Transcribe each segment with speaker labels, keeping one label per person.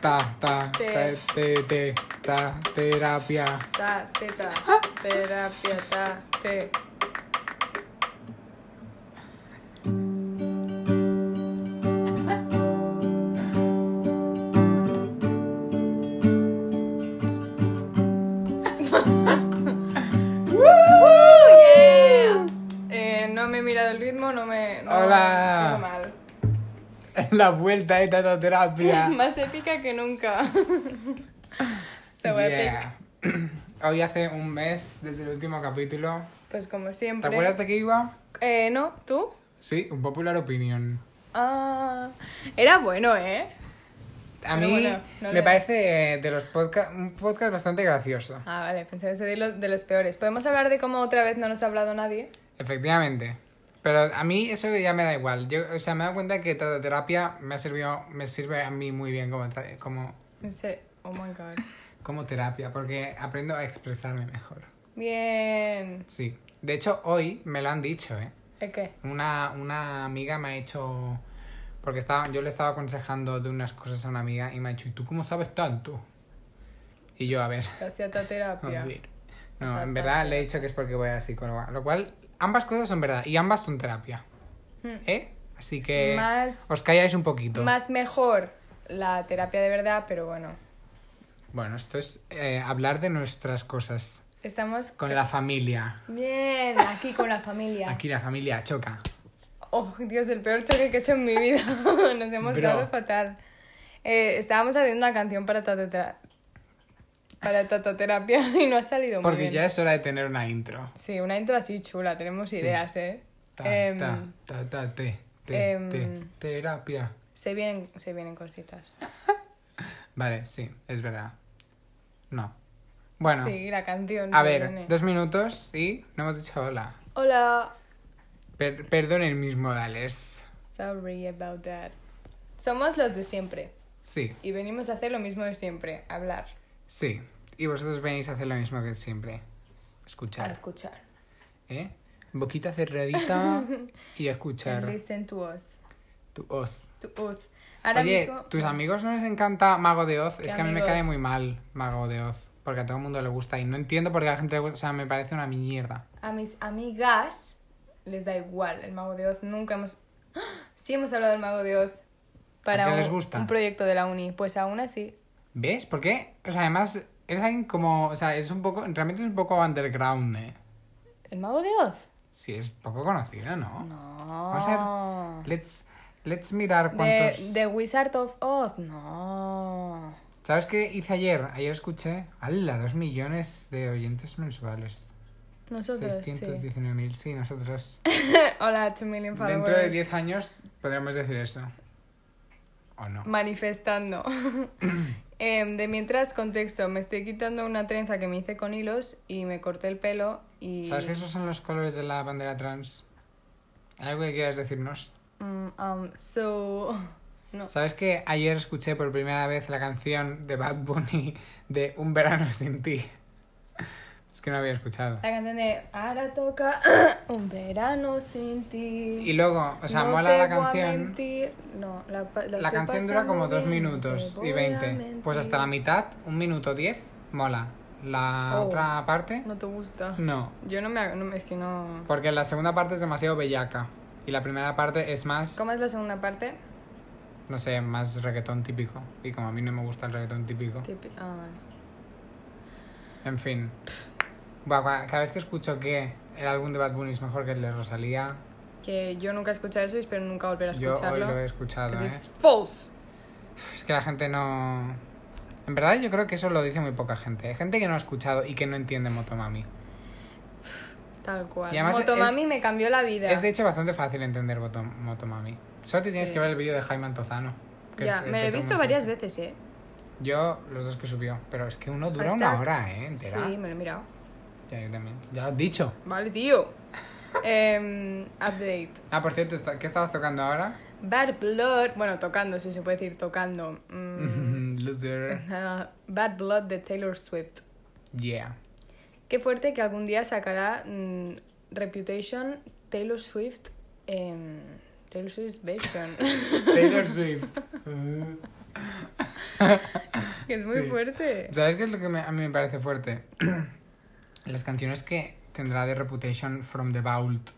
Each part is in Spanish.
Speaker 1: ta, ta,
Speaker 2: Te.
Speaker 1: ta, te, te, ta, terapia.
Speaker 2: Ta, teta,
Speaker 1: Ah.
Speaker 2: terapia, ta, te. Yeah. Eh, No me he mirado el ritmo, no me. No,
Speaker 1: Hola.
Speaker 2: todo mal.
Speaker 1: La vuelta de tata terapia.
Speaker 2: Más épica que nunca. so epic.
Speaker 1: Yeah. Hoy hace un mes desde el último capítulo.
Speaker 2: Pues como
Speaker 1: ¿Te
Speaker 2: siempre.
Speaker 1: acuerdas de qué iba?
Speaker 2: Eh, no, tú.
Speaker 1: Sí, un popular opinion.
Speaker 2: Ah, era bueno, ¿eh?
Speaker 1: A
Speaker 2: Pero
Speaker 1: mí
Speaker 2: bueno, no
Speaker 1: me
Speaker 2: lo-
Speaker 1: parece eh, de los podca- un podcast bastante gracioso.
Speaker 2: Ah, vale, pensé que de los, de los peores. ¿Podemos hablar de cómo otra vez no nos ha hablado nadie?
Speaker 1: Efectivamente. Pero a mí eso ya me da igual. Yo, o sea, me he dado cuenta que toda terapia me ha servido, me sirve a mí muy bien como, ta- como,
Speaker 2: No sé. Oh my god.
Speaker 1: como terapia, porque aprendo a expresarme mejor.
Speaker 2: Bien.
Speaker 1: Sí. De hecho, hoy me lo han dicho, ¿eh?
Speaker 2: ¿El qué?
Speaker 1: Una, una amiga me ha hecho... Porque estaba, yo le estaba aconsejando de unas cosas a una amiga y me ha dicho, ¿y tú cómo sabes tanto? Y yo, a ver...
Speaker 2: Gracias a
Speaker 1: a
Speaker 2: terapia.
Speaker 1: ver. No, en verdad le he dicho que es porque voy a psicóloga. Lo cual, ambas cosas son verdad y ambas son terapia.
Speaker 2: Hmm.
Speaker 1: ¿Eh? Así que
Speaker 2: Más-
Speaker 1: os calláis un poquito.
Speaker 2: Más mejor la terapia de verdad, pero bueno.
Speaker 1: Bueno, esto es eh, hablar de nuestras cosas
Speaker 2: Estamos
Speaker 1: con la familia.
Speaker 2: bien aquí con la familia.
Speaker 1: Aquí la familia choca.
Speaker 2: Oh, Dios, el peor choque que he hecho en mi vida. Nos hemos
Speaker 1: Bro.
Speaker 2: dado fatal. Eh, estábamos haciendo una canción para tatatra... para tataterapia y no ha salido muy
Speaker 1: Porque
Speaker 2: bien.
Speaker 1: ya es hora de tener una intro.
Speaker 2: Sí, una intro así chula, tenemos
Speaker 1: Sí.
Speaker 2: ideas, ¿eh?
Speaker 1: Ta,
Speaker 2: Em,
Speaker 1: ta, ta, ta, te, te,
Speaker 2: em,
Speaker 1: te, terapia.
Speaker 2: se, vienen, se vienen cositas.
Speaker 1: Vale, sí, es verdad. No. Bueno,
Speaker 2: sí, la canción.
Speaker 1: a
Speaker 2: se
Speaker 1: ver,
Speaker 2: viene.
Speaker 1: dos minutos y no hemos dicho hola.
Speaker 2: Hola.
Speaker 1: Per- perdón el mismo, Dales.
Speaker 2: Sorry about that. Somos los de siempre
Speaker 1: Sí,
Speaker 2: y venimos a hacer lo mismo de siempre, hablar,
Speaker 1: sí. Y vosotros venís a hacer lo mismo que siempre.
Speaker 2: a
Speaker 1: Escuchar.
Speaker 2: escuchar.
Speaker 1: ¿Eh? Boquita cerradita y
Speaker 2: And
Speaker 1: escuchar
Speaker 2: Listen to us.
Speaker 1: tu voz.
Speaker 2: To us. Ahora
Speaker 1: Oye,
Speaker 2: mismo...
Speaker 1: ¿tus amigos no les encanta Mago de Oz?
Speaker 2: ¿Qué
Speaker 1: Es que a mí me
Speaker 2: amigos?
Speaker 1: cae muy mal Mago de Oz. Porque a todo el mundo le gusta y no entiendo por qué a la gente le gusta. O sea, me parece una mierda.
Speaker 2: A mis amigas les da igual el Mago de Oz. Nunca hemos... ¡Ah! Sí hemos hablado del Mago de Oz para
Speaker 1: qué
Speaker 2: un,
Speaker 1: les gusta?
Speaker 2: un proyecto de la uni. Pues aún así.
Speaker 1: ¿Ves? ¿Por qué? O sea, además es alguien como... O sea, es un poco... Realmente es un poco underground, ¿eh?
Speaker 2: ¿El Mago de Oz?
Speaker 1: Sí, es poco conocido, ¿no?
Speaker 2: No.
Speaker 1: a Let's, let's mirar
Speaker 2: The,
Speaker 1: cuántos...
Speaker 2: The Wizard of Oz. No.
Speaker 1: ¿Sabes qué hice ayer? Ayer escuché... ¡Hala! Dos millones de oyentes mensuales.
Speaker 2: Nosotros,
Speaker 1: 619.000, sí, nosotros...
Speaker 2: sí. Hola, 2 million followers.
Speaker 1: Dentro de 10 años podremos decir eso. ¿O no?
Speaker 2: Manifestando. Em, de mientras, contexto. Me estoy quitando una trenza que me hice con hilos y me corté el pelo y...
Speaker 1: ¿Sabes que esos son los colores de la bandera trans? ¿Hay algo que quieras decirnos?
Speaker 2: Mm, um, so... No.
Speaker 1: ¿Sabes que ayer escuché por primera vez la canción de Bad Bunny de Un verano sin ti? Es que no había escuchado.
Speaker 2: La canción de Ahora toca un verano sin ti.
Speaker 1: Y luego, o sea,
Speaker 2: no
Speaker 1: mola
Speaker 2: te
Speaker 1: la
Speaker 2: voy a
Speaker 1: canción.
Speaker 2: mentir. No, la, pa- la
Speaker 1: La
Speaker 2: estoy
Speaker 1: canción dura
Speaker 2: pasando
Speaker 1: como dos
Speaker 2: bien, no te
Speaker 1: minutos
Speaker 2: voy
Speaker 1: y
Speaker 2: a
Speaker 1: 20. Pues hasta la
Speaker 2: mentir.
Speaker 1: mitad, un minuto 10, mola. La
Speaker 2: Oh.
Speaker 1: otra parte,
Speaker 2: No te gusta.
Speaker 1: no.
Speaker 2: Yo no me... hago- No, me- es que no...
Speaker 1: Porque la segunda parte es demasiado bellaca. Y la primera parte es más,
Speaker 2: ¿Cómo es la segunda parte?
Speaker 1: no sé, más reggaetón típico. Y como a mí no me gusta el reggaetón típico.
Speaker 2: Tipi- Ah, vale.
Speaker 1: En fin. Buah, cua- cada vez que escucho que el álbum de Bad Bunny es mejor que el de Rosalía,
Speaker 2: Que yo nunca he escuchado eso y espero nunca volver a
Speaker 1: yo hoy
Speaker 2: escucharlo.
Speaker 1: lo he escuchado,
Speaker 2: 'cause
Speaker 1: ¿eh?
Speaker 2: it's false.
Speaker 1: Es que la gente no... En verdad yo creo que eso lo dice muy poca gente. Hay gente que no ha escuchado y que no entiende Motomami.
Speaker 2: Tal cual.
Speaker 1: Y además
Speaker 2: Motomami me cambió la vida.
Speaker 1: Es de hecho bastante fácil entender Moto- Motomami. Solo te tienes
Speaker 2: Sí.
Speaker 1: que ver el vídeo de Jaime Antozano. que
Speaker 2: ya,
Speaker 1: es el que
Speaker 2: me lo
Speaker 1: todo
Speaker 2: he
Speaker 1: el
Speaker 2: visto
Speaker 1: mundo
Speaker 2: varias
Speaker 1: sabe.
Speaker 2: veces, ¿eh?
Speaker 1: Yo, los dos que subió, pero es que uno dura
Speaker 2: Hashtag-
Speaker 1: una hora, ¿eh? Entera.
Speaker 2: Sí, me lo he mirado.
Speaker 1: Ya, yo también. Ya lo has dicho.
Speaker 2: Vale, tío. Em, update.
Speaker 1: Ah, por cierto, esta- ¿qué estabas tocando ahora?
Speaker 2: Bad Blood. Bueno, tocando, si se puede decir tocando. Mm,
Speaker 1: Loser.
Speaker 2: ah, Bad Blood de Taylor Swift.
Speaker 1: Yeah.
Speaker 2: Qué fuerte que algún día sacará mm, Reputation Taylor Swift. em, Taylor Swift version.
Speaker 1: Taylor Swift.
Speaker 2: que es muy
Speaker 1: Sí.
Speaker 2: fuerte.
Speaker 1: ¿Sabes qué es lo que me- a mí me parece fuerte? Las canciones que tendrá de Reputation from the Vault.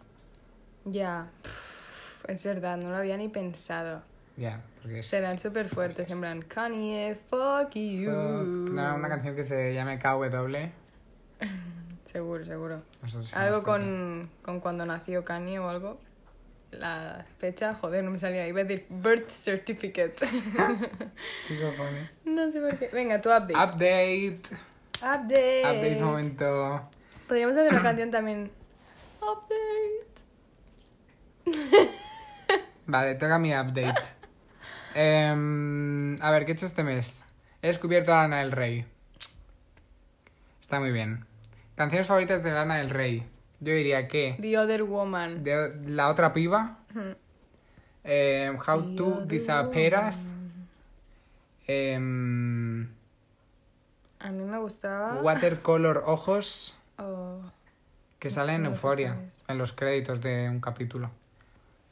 Speaker 2: Ya. Pff, Es verdad, no lo había ni pensado.
Speaker 1: Ya, porque es.
Speaker 2: Serán súper fuertes, en plan, Kanye, fuck you.
Speaker 1: Fuck. Tendrá una canción que se llame KW.
Speaker 2: Seguro, seguro.
Speaker 1: Nosotros
Speaker 2: Algo
Speaker 1: somos fuertes.
Speaker 2: con, con cuando nació Kanye o algo. La fecha, joder, no me salía. Iba a decir birth certificate.
Speaker 1: ¿Qué cojones?
Speaker 2: no sé por qué. Venga, tu update.
Speaker 1: Update.
Speaker 2: update.
Speaker 1: Update momento.
Speaker 2: Podríamos hacer una canción también. Update.
Speaker 1: Vale, toca mi update. Em, a ver, ¿qué he hecho este mes? He descubierto a Lana del Rey. Está muy bien. Canciones favoritas de Lana del Rey. Yo diría que
Speaker 2: The Other Woman.
Speaker 1: de la otra piba.
Speaker 2: Ujú.
Speaker 1: em, How
Speaker 2: The
Speaker 1: to
Speaker 2: Other
Speaker 1: Disappear Us.
Speaker 2: Woman.
Speaker 1: em,
Speaker 2: A mí me gustaba.
Speaker 1: Watercolor Ojos.
Speaker 2: Oh,
Speaker 1: Que sale en
Speaker 2: no sé
Speaker 1: Euforia.
Speaker 2: cuál es.
Speaker 1: En los créditos de un capítulo.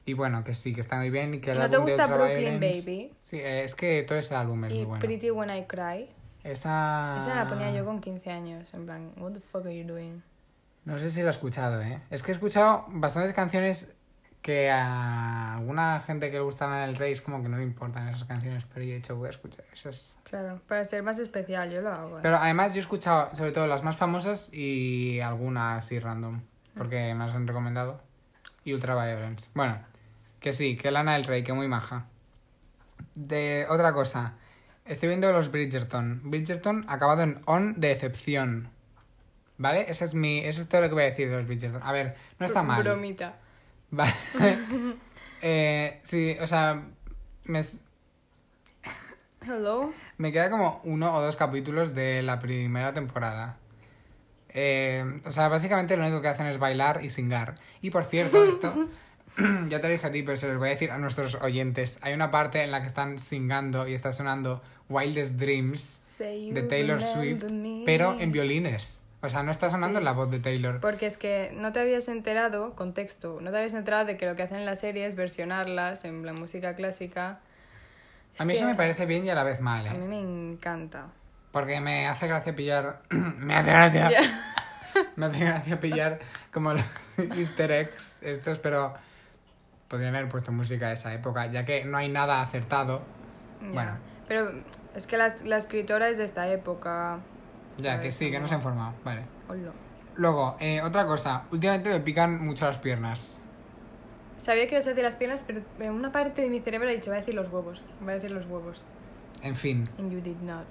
Speaker 1: Y bueno, que sí, que está muy bien. Y que el
Speaker 2: ¿No te
Speaker 1: álbum de
Speaker 2: gusta
Speaker 1: Ultra
Speaker 2: Brooklyn
Speaker 1: Violence-
Speaker 2: Baby?
Speaker 1: Sí, eh, es que todo ese álbum es
Speaker 2: y
Speaker 1: muy Ah. bueno.
Speaker 2: Pretty When I Cry.
Speaker 1: Esa...
Speaker 2: Esa la ponía yo con 15 años. En plan, what the fuck are you doing?
Speaker 1: No sé si la he escuchado, ¿eh? Es que he escuchado bastantes canciones que a alguna gente que le gusta Lana del Rey es como que no le importan esas canciones, pero yo he dicho, voy a escuchar esas.
Speaker 2: Claro, para ser más especial, yo lo hago. ¿eh?
Speaker 1: Pero además yo he escuchado sobre todo las más famosas y algunas así random, porque me las han recomendado. Y Ultra Violence. Bueno, que sí, que Lana del Rey, que muy maja. De otra cosa, estoy viendo los Bridgerton. Bridgerton acabado en on de excepción. ¿Vale? Ese es mi, eso es todo lo que voy a decir de los Bridgerton. A ver, no está
Speaker 2: Br-
Speaker 1: mal.
Speaker 2: Bromita.
Speaker 1: Vale. Eh, sí, o sea, me, s-
Speaker 2: Hello.
Speaker 1: me queda como uno o dos capítulos de la primera temporada. Eh, o sea, básicamente lo único que hacen es bailar y singar. Y por cierto, esto ya te lo dije a ti, pero se los voy a decir a nuestros oyentes. Hay una parte en la que están singando y está sonando Wildest Dreams
Speaker 2: Say you
Speaker 1: de Taylor
Speaker 2: remember
Speaker 1: Swift,
Speaker 2: me.
Speaker 1: pero en violines. O sea, no está sonando
Speaker 2: Sí.
Speaker 1: la voz de Taylor.
Speaker 2: Porque es que no te habías enterado, contexto, no te habías enterado de que lo que hacen en la serie es versionarlas en la música clásica.
Speaker 1: A mí
Speaker 2: Es
Speaker 1: eso
Speaker 2: que
Speaker 1: me parece bien y a la vez mal,
Speaker 2: A
Speaker 1: ¿eh?
Speaker 2: mí me encanta.
Speaker 1: Porque me hace gracia pillar. me hace gracia.
Speaker 2: Ya.
Speaker 1: Me hace gracia pillar como los easter eggs estos, pero podrían haber puesto música de esa época, ya que no hay nada acertado. Bueno.
Speaker 2: Pero es que las- la escritora es de esta época.
Speaker 1: Ya,
Speaker 2: ¿sabes?
Speaker 1: que sí, que no se ha informado. Vale.
Speaker 2: Hola.
Speaker 1: Luego, eh, otra cosa. Últimamente me pican mucho las piernas.
Speaker 2: Sabía que ibas a decir las piernas, pero en una parte de mi cerebro ha dicho, va a decir los huevos, va a decir los huevos.
Speaker 1: En fin.
Speaker 2: And you did not.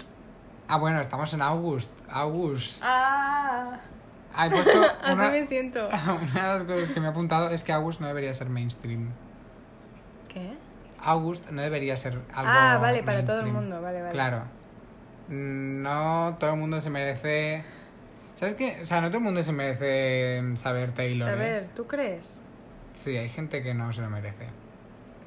Speaker 1: Ah, bueno, estamos en August. August.
Speaker 2: Ah,
Speaker 1: Ah, he puesto
Speaker 2: así
Speaker 1: una,
Speaker 2: me siento.
Speaker 1: una de las cosas que me he apuntado es que August no debería ser mainstream.
Speaker 2: ¿Qué?
Speaker 1: August no debería ser algo
Speaker 2: ah, vale, para todo el
Speaker 1: mainstream.
Speaker 2: mundo, vale, vale.
Speaker 1: Claro. No todo el mundo se merece. ¿Sabes qué? O sea, no todo el mundo se merece saber Taylor. ¿eh?
Speaker 2: Saber, ¿tú crees?
Speaker 1: Sí, hay gente que no se lo merece.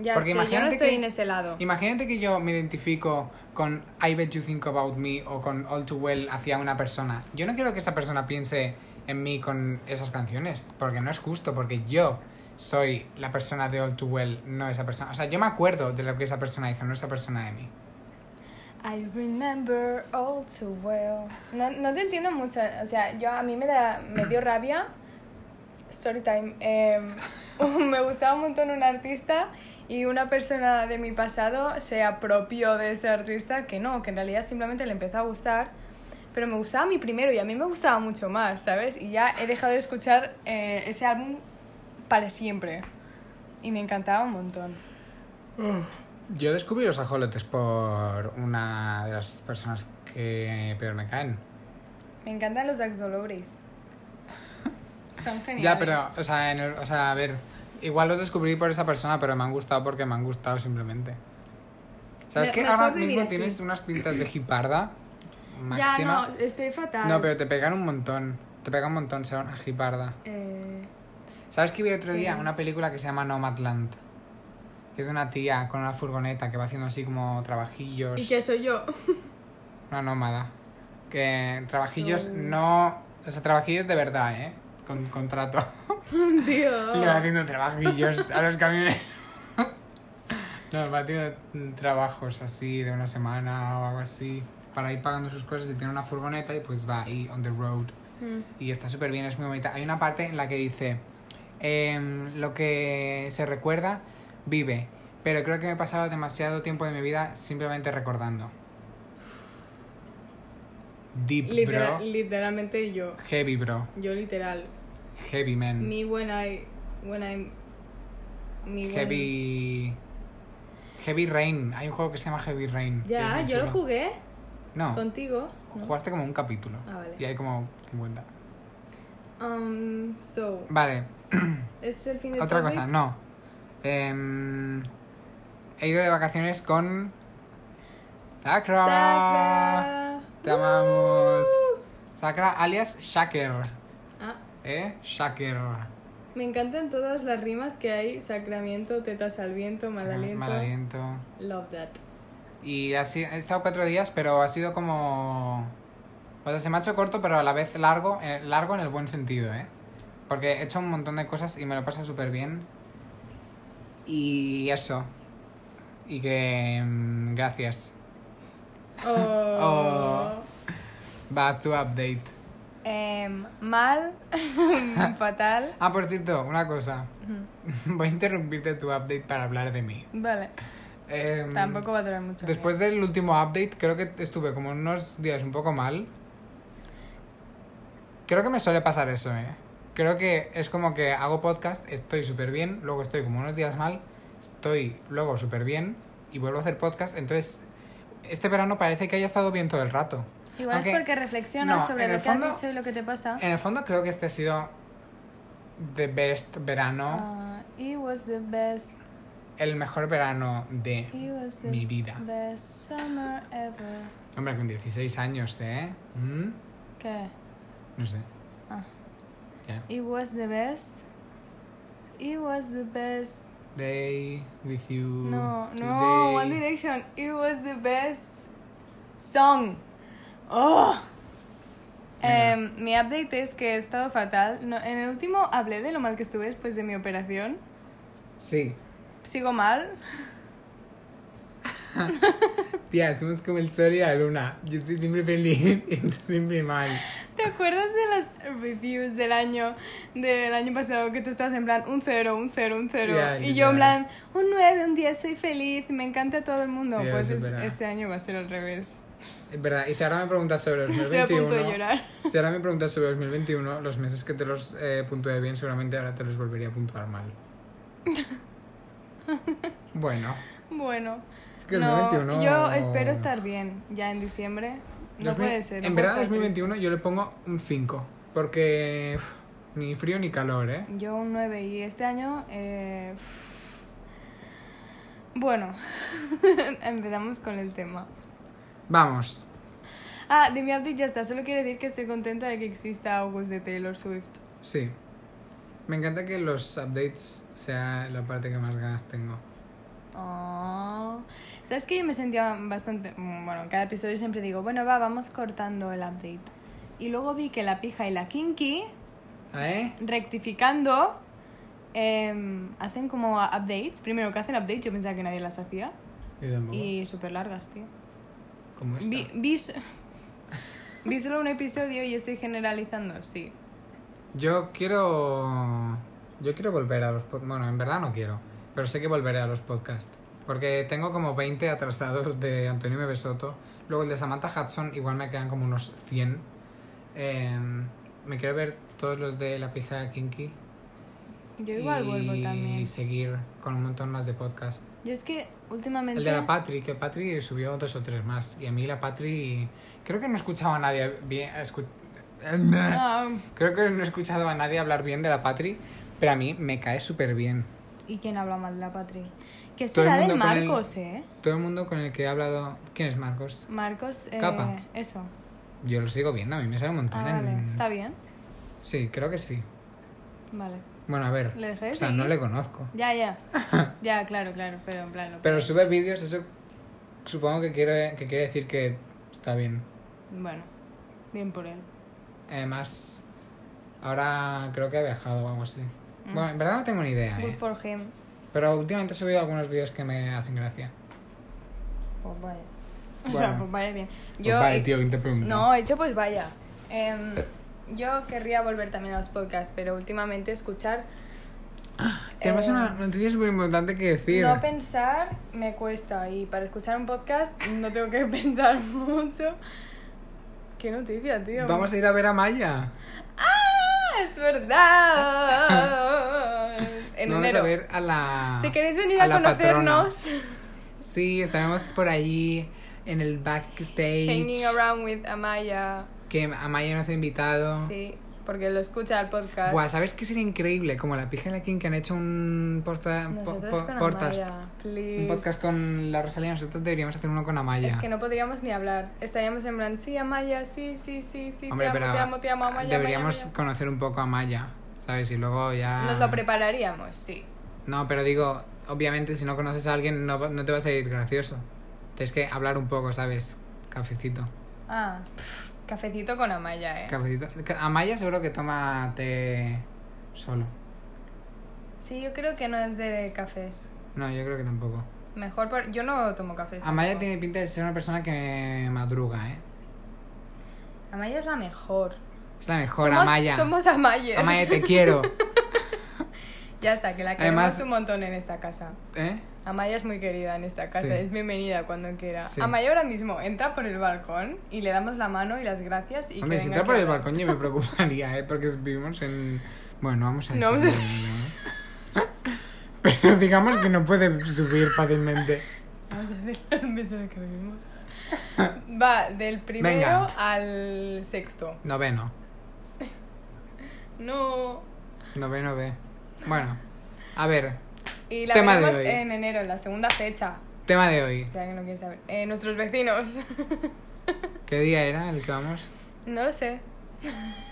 Speaker 2: Ya,
Speaker 1: Porque
Speaker 2: es que yo no
Speaker 1: imagínate
Speaker 2: estoy
Speaker 1: que-
Speaker 2: en ese lado.
Speaker 1: Imagínate que yo me identifico con I bet you think about me o con All Too Well hacia una persona. Yo no quiero que esa persona piense en mí con esas canciones, porque no es justo, porque yo soy la persona de All Too Well, no esa persona. O sea, yo me acuerdo de lo que esa persona hizo, no esa persona de mí.
Speaker 2: I remember all too well. No, no te entiendo mucho. O sea, yo a mí me, da, me dio rabia. Story time. em, me gustaba un montón un artista y una persona de mi pasado se apropió de ese artista que no, que en realidad simplemente le empezó a gustar. Pero me gustaba mi primero y a mí me gustaba mucho más, ¿sabes? Y ya he dejado de escuchar eh, ese álbum para siempre. Y me encantaba un montón.
Speaker 1: Yo descubrí los ajolotes por una de las personas que peor me caen.
Speaker 2: Me encantan los Dax Dolores. Son geniales.
Speaker 1: Ya, pero, o sea, en el- o sea, a ver, igual los descubrí por esa persona, pero me han gustado porque me han gustado simplemente. ¿Sabes
Speaker 2: Me-
Speaker 1: qué?
Speaker 2: mejor
Speaker 1: Ahora
Speaker 2: vivir
Speaker 1: mismo
Speaker 2: así.
Speaker 1: tienes unas pintas de jiparda
Speaker 2: Ya, no,
Speaker 1: máxima.
Speaker 2: estoy fatal.
Speaker 1: no, pero te pegan un montón. Te pega un montón ser una jiparda.
Speaker 2: Eh,
Speaker 1: ¿Sabes que vi otro día
Speaker 2: Sí.
Speaker 1: una película que se llama Nomadland? Que es de una tía con una furgoneta que va haciendo así como trabajillos.
Speaker 2: y que soy yo.
Speaker 1: Una nómada. Que trabajillos
Speaker 2: Soy-
Speaker 1: no. O sea, trabajillos de verdad, ¿eh? Con contrato.
Speaker 2: Dios.
Speaker 1: Le van haciendo trabajillos a los camioneros. No, va a tener trabajos así de una semana o algo así para ir pagando sus cosas y tiene una furgoneta y pues va ahí on the road.
Speaker 2: Mm.
Speaker 1: Y está súper bien, es muy bonita. Hay una parte en la que dice, em, lo que se recuerda vive, pero creo que me he pasado demasiado tiempo de mi vida simplemente recordando. Deep,
Speaker 2: Litera-
Speaker 1: bro.
Speaker 2: literalmente yo.
Speaker 1: Heavy, bro.
Speaker 2: Yo literal.
Speaker 1: Heavy, man.
Speaker 2: Me when I... When I'm... Me when-
Speaker 1: Heavy. Heavy Rain. Hay un juego que se llama Heavy Rain. que es
Speaker 2: Ya,
Speaker 1: muy
Speaker 2: yo lo
Speaker 1: chulo.
Speaker 2: jugué
Speaker 1: No,
Speaker 2: contigo. ¿no?
Speaker 1: jugaste como un capítulo.
Speaker 2: Ah, vale.
Speaker 1: Y hay como 50.
Speaker 2: Um, so,
Speaker 1: Vale,
Speaker 2: ¿es el fin de
Speaker 1: otra
Speaker 2: todo
Speaker 1: cosa,
Speaker 2: y-
Speaker 1: no. Em, he ido de vacaciones con. Sakra.
Speaker 2: Sacra.
Speaker 1: Te amamos.
Speaker 2: Uh.
Speaker 1: Sakra alias Shaker.
Speaker 2: Ah,
Speaker 1: ¿Eh? Shaker.
Speaker 2: me encantan todas las rimas que hay. Sacramiento, tetas al viento, mal aliento.
Speaker 1: Mal aliento.
Speaker 2: Love that.
Speaker 1: Y así, he estado cuatro días, pero ha sido como... O sea, se me ha hecho corto, pero a la vez largo, eh, largo en el buen sentido, ¿eh? Porque he hecho un montón de cosas y me lo he pasado súper bien. Y eso. Y que... mm, Gracias.
Speaker 2: Oh.
Speaker 1: Back to update.
Speaker 2: Em, mal, fatal.
Speaker 1: Ah, por cierto, una cosa. Voy a interrumpirte tu update para hablar de mí.
Speaker 2: Vale,
Speaker 1: Em,
Speaker 2: tampoco va a durar mucho.
Speaker 1: Después del último update, creo que estuve como unos días un poco mal. Creo que me suele pasar eso, ¿eh? Creo que es como que hago podcast, estoy súper bien, luego estoy como unos días mal, estoy luego súper bien y vuelvo a hacer podcast. Entonces, este verano parece que haya estado bien todo el rato.
Speaker 2: Igual
Speaker 1: Aunque-
Speaker 2: es porque reflexionas
Speaker 1: no,
Speaker 2: sobre
Speaker 1: en
Speaker 2: lo
Speaker 1: el
Speaker 2: que
Speaker 1: fondo-
Speaker 2: has dicho y lo que te pasa.
Speaker 1: En el fondo, creo que este ha sido the best verano,
Speaker 2: Ah, it was the best,
Speaker 1: el mejor verano de
Speaker 2: it was the
Speaker 1: mi vida.
Speaker 2: best summer ever.
Speaker 1: Hombre, con 16 años, ¿eh? ¿Mm?
Speaker 2: ¿Qué?
Speaker 1: No sé.
Speaker 2: Ah.
Speaker 1: Ya.
Speaker 2: It was the best. It was the best.
Speaker 1: Day with you.
Speaker 2: No, no,
Speaker 1: Mm, today.
Speaker 2: One Direction. It was the best song. Oh. Em, mi update es que he estado fatal. No, en el último hablé de lo mal que estuve después de mi operación.
Speaker 1: Sí.
Speaker 2: Sigo mal.
Speaker 1: Tía, estamos como el sol y la luna. Yo estoy siempre feliz y tú siempre mal.
Speaker 2: ¿Te acuerdas de las reviews del año del año pasado que tú estabas en plan un cero, un cero, un cero?
Speaker 1: Ya, ya.
Speaker 2: y yo en plan un 9, un 10, soy feliz, me encanta todo el mundo.
Speaker 1: Ya,
Speaker 2: pues
Speaker 1: es
Speaker 2: es-
Speaker 1: verdad.
Speaker 2: este año va a ser al revés.
Speaker 1: Es verdad. Y si ahora me preguntas sobre los
Speaker 2: Estoy a
Speaker 1: 2021.
Speaker 2: punto de llorar.
Speaker 1: Si ahora me preguntas sobre 2021, los meses que te los eh, puntué bien, seguramente ahora te los volvería a puntuar mal. Bueno,
Speaker 2: Bueno.
Speaker 1: es que el
Speaker 2: no,
Speaker 1: 2021.
Speaker 2: Yo espero estar bien ya en diciembre. No
Speaker 1: 2000
Speaker 2: puede ser. no
Speaker 1: En
Speaker 2: puedo
Speaker 1: verdad,
Speaker 2: estar
Speaker 1: 2021 yo le pongo un 5. Porque. uf, ni frío ni calor, ¿eh?
Speaker 2: triste. Yo un 9 y este año. eh, Bueno, empezamos con el tema.
Speaker 1: Vamos.
Speaker 2: Ah, de mi update ya está. Solo quiero decir que estoy contenta de que exista August de Taylor Swift.
Speaker 1: Sí. Me encanta que los updates sea la parte que más ganas tengo.
Speaker 2: Oh. ¿Sabes que yo me sentía bastante... mm, Bueno, cada episodio siempre digo, bueno, va, vamos cortando el update. Y luego vi que la pija y la kinky
Speaker 1: ¿Ah, ¿Eh?
Speaker 2: rectificando, em, hacen como a- updates. Primero que hacen updates, yo pensaba que nadie las hacía.
Speaker 1: Yo tampoco.
Speaker 2: Y súper largas, tío.
Speaker 1: ¿Cómo está?
Speaker 2: Vi, vi, s- vi solo un episodio y estoy generalizando, sí.
Speaker 1: Yo quiero... Yo quiero volver a los podcasts. Bueno, en verdad no quiero. Pero sé que volveré a los podcasts. Porque tengo como 20 atrasados de Antonio M. Besoto. Luego el de Samantha Hudson. Igual me quedan como unos 100. Em, me quiero ver todos los de La Pija Kinky.
Speaker 2: Yo igual
Speaker 1: y
Speaker 2: vuelvo también.
Speaker 1: seguir con un montón más de podcasts.
Speaker 2: Yo es que últimamente...
Speaker 1: El de la Patri, que Patri subió dos o tres más. Y a mí la Patri. Creo que no escuchaba a nadie bien. escu-
Speaker 2: Ah,
Speaker 1: Creo que no he escuchado a nadie hablar bien de la Patri, pero a mí me cae súper bien.
Speaker 2: ¿Y quién habla mal de la Patri? Que
Speaker 1: Todo
Speaker 2: se
Speaker 1: el
Speaker 2: da de
Speaker 1: mundo con el-
Speaker 2: Marcos, ¿eh?
Speaker 1: Todo el mundo con el que he hablado. ¿Quién es Marcos?
Speaker 2: Marcos, eh,
Speaker 1: Capa.
Speaker 2: eso.
Speaker 1: Yo lo sigo viendo, a mí me sale un montón.
Speaker 2: Ah,
Speaker 1: en-
Speaker 2: vale. ¿Está bien?
Speaker 1: Sí, creo que sí.
Speaker 2: Vale.
Speaker 1: Bueno, a ver.
Speaker 2: ¿Le dejé de
Speaker 1: o sea,
Speaker 2: seguir?
Speaker 1: no le conozco.
Speaker 2: Ya, ya. ya, claro, claro. Pero en plan... lo que-
Speaker 1: Pero sube vídeos, eso supongo que quiere, que quiere decir que está bien.
Speaker 2: Bueno, bien por él.
Speaker 1: Además, ahora creo que ha viajado o algo así.
Speaker 2: Mm.
Speaker 1: Bueno, en verdad no tengo ni idea.
Speaker 2: Good
Speaker 1: ¿eh?
Speaker 2: for him.
Speaker 1: Pero últimamente he subido algunos vídeos que me hacen gracia.
Speaker 2: Pues vaya. O
Speaker 1: Bueno.
Speaker 2: sea, pues vaya bien.
Speaker 1: Pues
Speaker 2: Yo,
Speaker 1: vale, tío, ¿quién te preguntó?
Speaker 2: No, he hecho pues vaya. Em, yo querría volver también a los podcasts, pero últimamente escuchar,
Speaker 1: Tenemos
Speaker 2: eh,
Speaker 1: una noticia súper importante que decir.
Speaker 2: no pensar me cuesta. Y para escuchar un podcast no tengo que pensar mucho. Qué noticia, tío.
Speaker 1: Vamos a ir a ver a Maya.
Speaker 2: ¡Ah! Es verdad. En
Speaker 1: Vamos
Speaker 2: enero.
Speaker 1: a ver a la.
Speaker 2: Si queréis venir a,
Speaker 1: la
Speaker 2: conocernos,
Speaker 1: patrona. Sí, estaremos por ahí en el backstage.
Speaker 2: hanging around with Amaya.
Speaker 1: Que Amaya nos ha invitado.
Speaker 2: Sí, porque lo escucha el podcast.
Speaker 1: Buah, ¿sabes qué sería increíble? Como la pija y la King que han hecho un posta, po-
Speaker 2: Nosotros
Speaker 1: po-
Speaker 2: con
Speaker 1: portast.
Speaker 2: Amaya, please.
Speaker 1: Un podcast con la Rosalía. Nosotros deberíamos hacer uno con Amaya.
Speaker 2: Es que no podríamos ni hablar. Estaríamos en plan, sí, Amaya, sí, sí, sí, sí,
Speaker 1: Hombre,
Speaker 2: te,
Speaker 1: pero
Speaker 2: amo, te amo, te amo, Amaya.
Speaker 1: deberíamos
Speaker 2: Amaya,
Speaker 1: conocer un poco a Maya, ¿sabes? Y luego ya...
Speaker 2: Amaya". Nos lo prepararíamos, sí.
Speaker 1: No, pero digo, obviamente si no conoces a alguien no, va- no te va a salir gracioso. Tienes que hablar un poco, ¿sabes? Cafecito.
Speaker 2: Ah, pff, cafecito con Amaya, eh.
Speaker 1: Cafecito. Ca- Amaya seguro que toma té solo.
Speaker 2: sí, yo creo que no es de cafés.
Speaker 1: No, yo creo que tampoco.
Speaker 2: Mejor por... Yo no tomo cafés.
Speaker 1: Amaya
Speaker 2: tampoco.
Speaker 1: tiene pinta de ser una persona que madruga, ¿eh?
Speaker 2: Amaya es la mejor.
Speaker 1: Es la mejor,
Speaker 2: somos,
Speaker 1: Amaya.
Speaker 2: Somos Amayers.
Speaker 1: Amaya, te quiero.
Speaker 2: Ya está, que la queremos
Speaker 1: Además-
Speaker 2: un montón en esta casa.
Speaker 1: ¿Eh?
Speaker 2: Amaya es muy querida en esta casa,
Speaker 1: Sí.
Speaker 2: es bienvenida cuando quiera.
Speaker 1: Sí.
Speaker 2: Amaya ahora mismo entra por el balcón y le damos la mano y las gracias y que
Speaker 1: Hombre, si entra
Speaker 2: venga aquí
Speaker 1: por
Speaker 2: a
Speaker 1: el
Speaker 2: hablar.
Speaker 1: balcón yo me preocuparía, ¿eh? Porque vivimos en... Bueno, vamos a
Speaker 2: No vamos a-
Speaker 1: decir nombres. Pero digamos que no puede subir fácilmente.
Speaker 2: Vamos a hacer un beso en el que vivimos. Va del primero
Speaker 1: Venga.
Speaker 2: al sexto.
Speaker 1: Noveno.
Speaker 2: No.
Speaker 1: Noveno B. Bueno, a ver.
Speaker 2: Y la
Speaker 1: Tema de
Speaker 2: veremos
Speaker 1: hoy.
Speaker 2: en enero, en la segunda fecha.
Speaker 1: Tema de hoy.
Speaker 2: O sea, que no quieres saber. Eh, nuestros vecinos.
Speaker 1: ¿Qué día era el que vamos?
Speaker 2: no lo sé.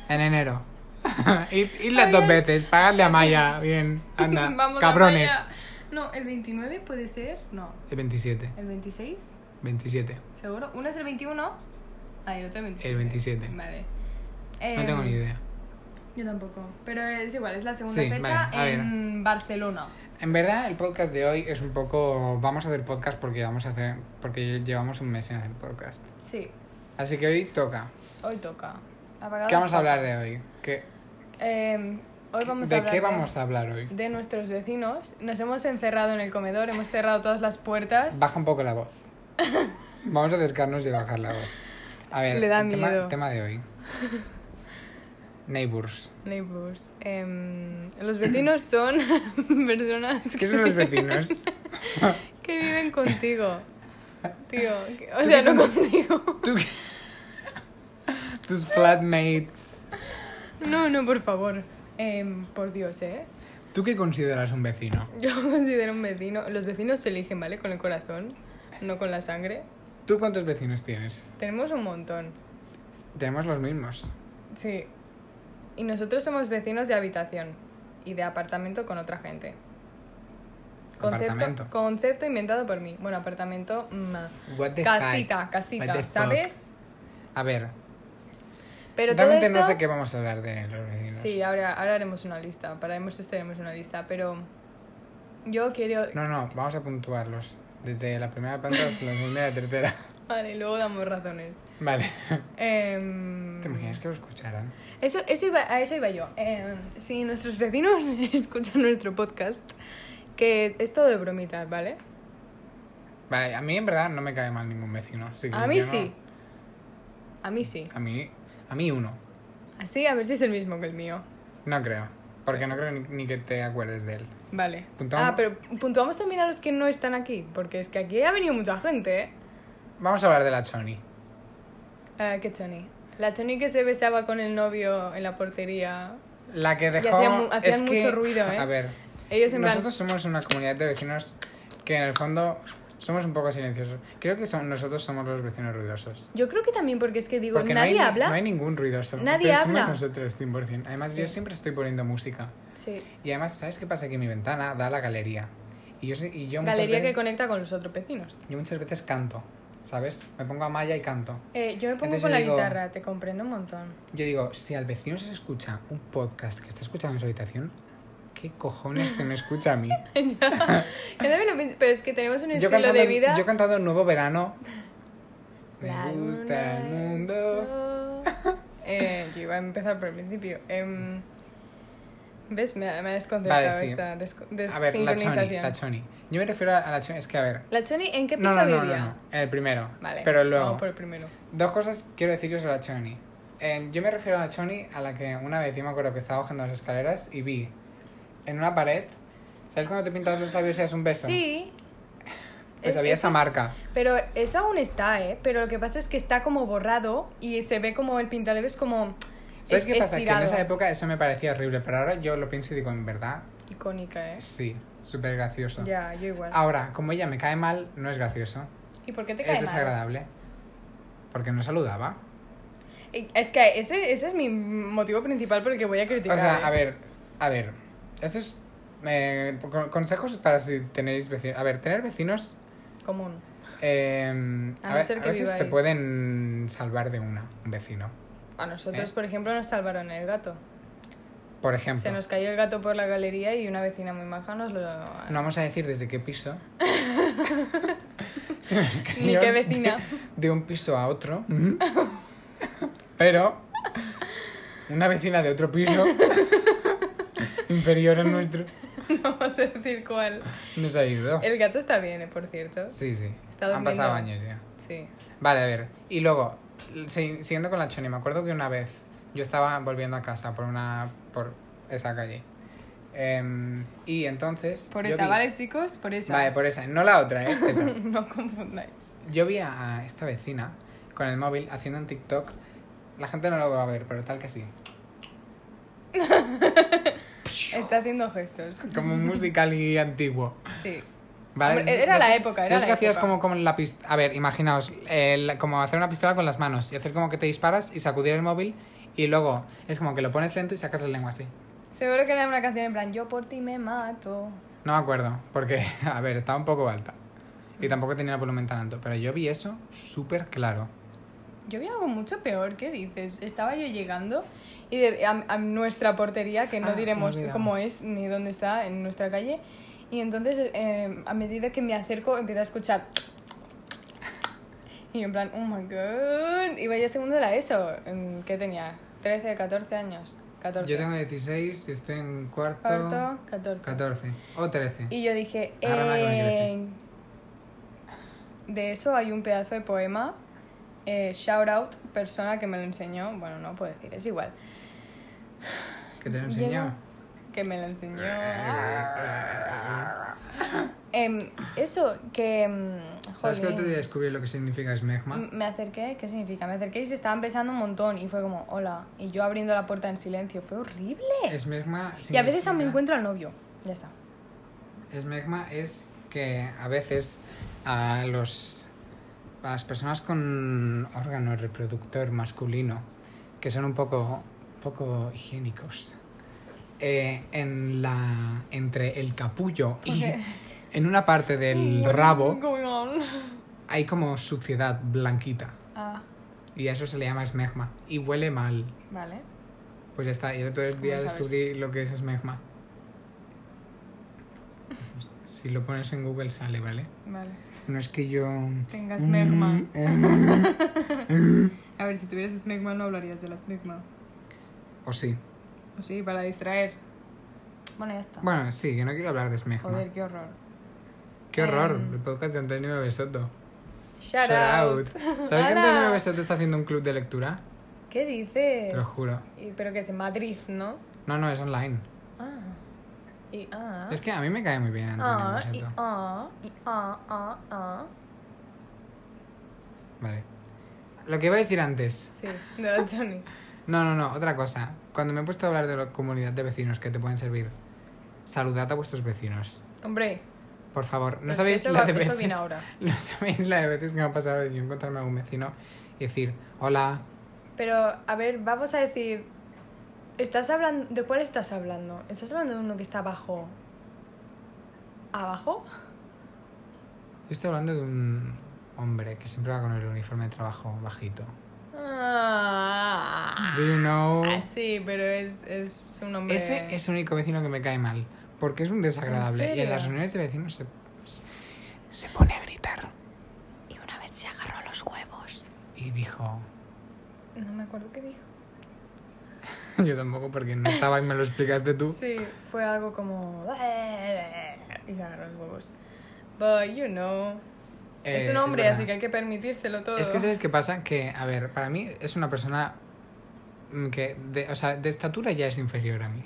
Speaker 1: En enero. Id las
Speaker 2: Ay,
Speaker 1: dos
Speaker 2: ay.
Speaker 1: veces. Pagadle a Maya. Bien. Anda.
Speaker 2: Vamos a
Speaker 1: cabrones.
Speaker 2: Amaya. No, el 29 puede ser. No.
Speaker 1: El 27.
Speaker 2: ¿El 26?
Speaker 1: 27.
Speaker 2: ¿Seguro? Uno es el 21. Ah, y el otro el 27.
Speaker 1: El 27.
Speaker 2: Vale.
Speaker 1: No
Speaker 2: Em,
Speaker 1: tengo ni idea.
Speaker 2: Yo tampoco. Pero es igual, es la segunda
Speaker 1: Sí,
Speaker 2: fecha
Speaker 1: vale, a ver.
Speaker 2: en Barcelona.
Speaker 1: En verdad, el podcast de hoy es un poco. Vamos a hacer podcast porque vamos a hacer. Porque llevamos un mes sin hacer podcast.
Speaker 2: Sí,
Speaker 1: Así que hoy toca.
Speaker 2: hoy toca. Apagados
Speaker 1: ¿Qué vamos a
Speaker 2: toca.
Speaker 1: hablar de hoy? ¿Qué,
Speaker 2: Eh, hoy vamos a
Speaker 1: ¿De
Speaker 2: hablar
Speaker 1: qué vamos a hablar hoy?
Speaker 2: de nuestros vecinos. Nos hemos encerrado en el comedor, hemos cerrado todas las puertas.
Speaker 1: Baja un poco la voz. Vamos a acercarnos y bajar la voz. A ver,
Speaker 2: Le da
Speaker 1: el tema,
Speaker 2: miedo.
Speaker 1: tema de hoy. Neighbors.
Speaker 2: Neighbors. Em, los vecinos son personas
Speaker 1: ¿Qué son los vecinos?
Speaker 2: que viven contigo. Tío, que- o sea, no contigo.
Speaker 1: Tú qué- Tus flatmates.
Speaker 2: No, no, por favor. Em, por Dios, ¿eh?
Speaker 1: ¿Tú qué consideras un vecino?
Speaker 2: Yo considero un vecino. Los vecinos se eligen, ¿vale? Con el corazón, no con la sangre.
Speaker 1: ¿Tú cuántos vecinos tienes?
Speaker 2: Tenemos un montón.
Speaker 1: Tenemos los mismos.
Speaker 2: Sí. Y nosotros somos vecinos de habitación y de apartamento con otra gente.
Speaker 1: Apartamento.
Speaker 2: concepto inventado por mí. Bueno, apartamento. mm,
Speaker 1: What the
Speaker 2: casita,
Speaker 1: fuck? What the
Speaker 2: casita,
Speaker 1: fuck?
Speaker 2: ¿sabes?
Speaker 1: A ver,
Speaker 2: Pero todo
Speaker 1: realmente no
Speaker 2: esto-
Speaker 1: sé qué vamos a hablar de los vecinos.
Speaker 2: Sí, ahora, ahora haremos una lista. Para esto tenemos una lista, pero yo quiero.
Speaker 1: No, no, vamos a puntuarlos. Desde la primera planta hasta la segunda y la tercera.
Speaker 2: Vale, luego damos razones.
Speaker 1: Vale.
Speaker 2: Em,
Speaker 1: ¿Te imaginas que lo escucharan?
Speaker 2: Eso, eso iba- a eso iba yo. Eh, si nuestros vecinos escuchan nuestro podcast, que es todo de bromitas, ¿vale?
Speaker 1: Vale, a mí en verdad no me cae mal ningún vecino. así que
Speaker 2: A mí
Speaker 1: yo no-
Speaker 2: sí. A mí sí.
Speaker 1: A mí, a mí uno.
Speaker 2: Así, a ver si es el mismo que el mío.
Speaker 1: No creo. Porque no creo ni, ni que te acuerdes de él.
Speaker 2: Vale.
Speaker 1: Puntuamos.
Speaker 2: Ah, pero puntuamos también a los que no están aquí, porque es que aquí ha venido mucha gente, ¿eh?
Speaker 1: Vamos a hablar de la Choni.
Speaker 2: Ah, qué choni. La choni que se besaba con el novio en la portería.
Speaker 1: La que dejó.
Speaker 2: hacían mu- hacían
Speaker 1: es que-
Speaker 2: mucho ruido, ¿eh?
Speaker 1: A ver.
Speaker 2: Ellos en
Speaker 1: Nosotros somos una comunidad de vecinos que en el fondo somos un poco silenciosos. Creo que son, nosotros somos los vecinos ruidosos.
Speaker 2: plan... Yo creo que también porque es que digo,
Speaker 1: Porque no
Speaker 2: nadie
Speaker 1: hay ni-
Speaker 2: habla.
Speaker 1: No hay ningún ruidoso.
Speaker 2: Nadie
Speaker 1: pero
Speaker 2: habla.
Speaker 1: Somos nosotros, 100%. Además, yo
Speaker 2: Sí.
Speaker 1: siempre estoy poniendo música.
Speaker 2: Sí.
Speaker 1: Y además, ¿sabes qué pasa? Que mi ventana da a la galería. Y yo, sé- y yo muchas
Speaker 2: Galería que
Speaker 1: veces-
Speaker 2: conecta con los otros vecinos.
Speaker 1: Yo muchas veces canto, ¿sabes? Me pongo a malla y canto.
Speaker 2: Eh, yo me pongo
Speaker 1: Entonces
Speaker 2: con
Speaker 1: yo
Speaker 2: la
Speaker 1: digo-
Speaker 2: guitarra, te comprendo un montón.
Speaker 1: Yo digo, si al vecino se escucha un podcast que está escuchando en su habitación, ¿qué cojones se me escucha a mí?
Speaker 2: Ya. Yo también lo pienso, pero es que tenemos un
Speaker 1: Yo he,
Speaker 2: estilo
Speaker 1: cantado,
Speaker 2: de vida.
Speaker 1: yo he cantado Nuevo Verano.
Speaker 2: La
Speaker 1: Me gusta
Speaker 2: luna
Speaker 1: el
Speaker 2: es
Speaker 1: mundo.
Speaker 2: Eh, yo iba a empezar por el principio. Em, ¿Ves? Me, ha- me ha desconcertado
Speaker 1: Vale, sí.
Speaker 2: esta desco-
Speaker 1: A ver, la Choni,
Speaker 2: desincronización.
Speaker 1: la Choni. Yo me refiero a a la Choni, es que a ver.
Speaker 2: ¿La Choni en qué piso
Speaker 1: No, no, no, no,
Speaker 2: vivía?
Speaker 1: no, en el primero.
Speaker 2: Vale,
Speaker 1: Pero luego,
Speaker 2: vamos por el primero.
Speaker 1: dos cosas quiero decir yo sobre la Choni. Eh, yo me refiero a la Choni a la que una vez yo me acuerdo que estaba bajando las escaleras y vi en una pared. ¿Sabes cuando te pintas los labios y es un beso?
Speaker 2: Sí.
Speaker 1: Pues
Speaker 2: Es-
Speaker 1: había esa
Speaker 2: eso es-
Speaker 1: marca.
Speaker 2: Pero eso aún está, ¿eh? Pero lo que pasa es que está como borrado y se ve como el pintalebes como.
Speaker 1: ¿Sabes
Speaker 2: es-
Speaker 1: qué pasa? Que
Speaker 2: estirado.
Speaker 1: en esa época eso me parecía horrible, pero ahora yo lo pienso y digo, en verdad,
Speaker 2: Icónica, ¿eh?
Speaker 1: sí, súper gracioso.
Speaker 2: Ya, yo igual.
Speaker 1: Ahora, como ella me cae mal, no es gracioso.
Speaker 2: ¿Y por qué te cae
Speaker 1: Ah, Es
Speaker 2: mal?
Speaker 1: desagradable. Porque no saludaba.
Speaker 2: Eh, Es que ese, ese es mi motivo principal por el que voy a criticar.
Speaker 1: O sea, a
Speaker 2: ¿eh?
Speaker 1: ver, a ver. Estos eh, con- consejos para si tenéis vecinos. A ver, tener vecinos.
Speaker 2: Común.
Speaker 1: eh,
Speaker 2: A
Speaker 1: a,
Speaker 2: no
Speaker 1: ve-
Speaker 2: ser
Speaker 1: a
Speaker 2: que
Speaker 1: veces te
Speaker 2: viváis-
Speaker 1: pueden salvar de una, un vecino.
Speaker 2: A nosotros,
Speaker 1: ¿Eh?
Speaker 2: por ejemplo, nos salvaron el gato.
Speaker 1: Por ejemplo.
Speaker 2: Se nos cayó el gato por la galería y una vecina muy maja nos lo...
Speaker 1: No vamos a decir desde qué piso. Se nos
Speaker 2: Ni
Speaker 1: cayó
Speaker 2: qué vecina.
Speaker 1: de un piso a otro. Ujú. Pero una vecina de otro piso inferior al nuestro
Speaker 2: no vamos a decir cuál.
Speaker 1: nos ayudó.
Speaker 2: El gato está bien, eh, por cierto.
Speaker 1: Sí, sí.
Speaker 2: Está
Speaker 1: Han pasado
Speaker 2: durmiendo.
Speaker 1: años ya.
Speaker 2: Sí.
Speaker 1: Vale, a ver. Y luego, l- si- siguiendo con la Choni, me acuerdo que una vez yo estaba volviendo a casa por una por esa calle. Em, y entonces.
Speaker 2: Por
Speaker 1: yo
Speaker 2: esa,
Speaker 1: vi-
Speaker 2: ¿vale, chicos? Por esa.
Speaker 1: Vale, por esa. No la otra, ¿eh? Esa.
Speaker 2: no confundáis.
Speaker 1: Yo vi a a esta vecina con el móvil haciendo un TikTok. La gente no lo va a ver, pero tal que sí.
Speaker 2: Está haciendo gestos.
Speaker 1: Como un musical y antiguo.
Speaker 2: Sí.
Speaker 1: ¿Vale?
Speaker 2: Hombre,
Speaker 1: De-
Speaker 2: era
Speaker 1: de
Speaker 2: la
Speaker 1: estos-
Speaker 2: época,
Speaker 1: de
Speaker 2: era
Speaker 1: estos
Speaker 2: la
Speaker 1: que hacías
Speaker 2: época.
Speaker 1: como con la pistola. A ver, imaginaos, eh, la- como hacer una pistola con las manos y hacer como que te disparas y sacudir el móvil y luego es como que lo pones lento y sacas la lengua así.
Speaker 2: Seguro que era una canción en plan, yo por ti me mato.
Speaker 1: No me acuerdo, porque, a ver, estaba un poco alta. Y tampoco tenía el volumen tan alto, pero yo vi eso súper claro.
Speaker 2: Yo vi algo mucho peor, ¿qué dices? Estaba yo llegando y de- a, a nuestra portería, que no
Speaker 1: Ah,
Speaker 2: diremos
Speaker 1: me he olvidado.
Speaker 2: cómo es ni dónde está, en nuestra calle. Y entonces, eh, a medida que me acerco, empiezo a escuchar. Y yo en plan, oh my god. Y vaya segundo de la ESO. em, ¿Qué tenía? 13, 14 años. 14.
Speaker 1: Yo tengo 16 y estoy en cuarto.
Speaker 2: Cuarto, 14.
Speaker 1: 14 o 13.
Speaker 2: Y yo dije,
Speaker 1: Agarra una que me crece.
Speaker 2: eh, de eso hay un pedazo de poema, eh, shout out, persona que me lo enseñó, bueno, no puedo decir, es igual,
Speaker 1: que te lo Eh, he enseñado.
Speaker 2: Llega- que me lo enseñó.
Speaker 1: eh.
Speaker 2: Em, eso, que... mm,
Speaker 1: ¿Sabes que el otro
Speaker 2: jolín, Mm.
Speaker 1: día descubrí lo que significa
Speaker 2: m-
Speaker 1: smegma?
Speaker 2: me acerqué, ¿qué significa? Me acerqué y se estaban besando un montón y fue como, hola, y yo abriendo la puerta en silencio, fue horrible.
Speaker 1: Smegma
Speaker 2: Y a veces aún me
Speaker 1: significa-
Speaker 2: encuentro al novio, ya está.
Speaker 1: Esmegma es que a veces a los a las personas con órgano reproductor masculino que son un poco poco higiénicos eh, en la entre el capullo y
Speaker 2: Ok.
Speaker 1: en una parte del
Speaker 2: What is
Speaker 1: rabo
Speaker 2: going on?
Speaker 1: hay como suciedad blanquita
Speaker 2: Ah,
Speaker 1: y a eso se le llama esmegma y huele mal
Speaker 2: vale.
Speaker 1: pues ya está y el otro día
Speaker 2: ¿Cómo sabes?
Speaker 1: descubrí lo que es esmegma si lo pones en Google sale vale
Speaker 2: Vale.
Speaker 1: no es que yo.
Speaker 2: Tengas merma.
Speaker 1: Mm, eh,
Speaker 2: A ver, si tuvieras Smegma no hablarías de la Smegma.
Speaker 1: o sí.
Speaker 2: O sí, para distraer. Bueno, ya está.
Speaker 1: Bueno, sí, que no quiero hablar de Smegma.
Speaker 2: Joder, qué horror.
Speaker 1: Qué horror,
Speaker 2: Em.
Speaker 1: el podcast de Antonio Besoto.
Speaker 2: Shout,
Speaker 1: ¿Sabes que
Speaker 2: Ana.
Speaker 1: Antonio Besoto está haciendo un club de lectura?
Speaker 2: ¿Qué dices?
Speaker 1: Te lo juro.
Speaker 2: Y- pero que es en Madrid, ¿no?
Speaker 1: No, no, es online.
Speaker 2: Ah. Y ah.
Speaker 1: Es que a mí me cae muy bien Antonio
Speaker 2: ah, y
Speaker 1: Besoto.
Speaker 2: ah, y ah, ah, ah. oh.
Speaker 1: Vale. Lo que iba a decir antes.
Speaker 2: Sí, de la Johnny.
Speaker 1: No, no, no, otra cosa. Cuando me he puesto a hablar de la comunidad de vecinos que te pueden servir, saludad a vuestros vecinos.
Speaker 2: Hombre,
Speaker 1: Por favor,
Speaker 2: pero
Speaker 1: no
Speaker 2: es que
Speaker 1: sabéis
Speaker 2: eso,
Speaker 1: la
Speaker 2: va-
Speaker 1: de
Speaker 2: eso viene
Speaker 1: veces.
Speaker 2: ahora.
Speaker 1: No sabéis la de veces que me ha pasado de yo encontrarme a un vecino y decir, hola,
Speaker 2: Pero, a ver, vamos a decir. ¿Estás hablando. ¿De cuál estás hablando? ¿Estás hablando de uno que está abajo? ¿Abajo?
Speaker 1: yo estoy hablando de un hombre que siempre va con el uniforme de trabajo bajito.
Speaker 2: Ah.
Speaker 1: Do you know?
Speaker 2: Sí, pero es, es un hombre.
Speaker 1: Ese es el único vecino que me cae mal, porque es un desagradable. y en
Speaker 2: serio?
Speaker 1: las reuniones de vecinos se, se pone a gritar.
Speaker 3: Y una vez se agarró los huevos.
Speaker 1: Y dijo,
Speaker 2: No me acuerdo qué dijo.
Speaker 1: yo tampoco porque no estaba y me lo explicaste tú.
Speaker 2: Sí, fue algo como. Y se agarró los huevos. But you know. es
Speaker 1: Eh,
Speaker 2: un hombre,
Speaker 1: verdad.
Speaker 2: así que hay que permitírselo todo. Mm,
Speaker 1: Es que sabes qué pasa, que, a ver, para mí es una persona mm, que, de, o sea, de estatura ya es inferior a mí.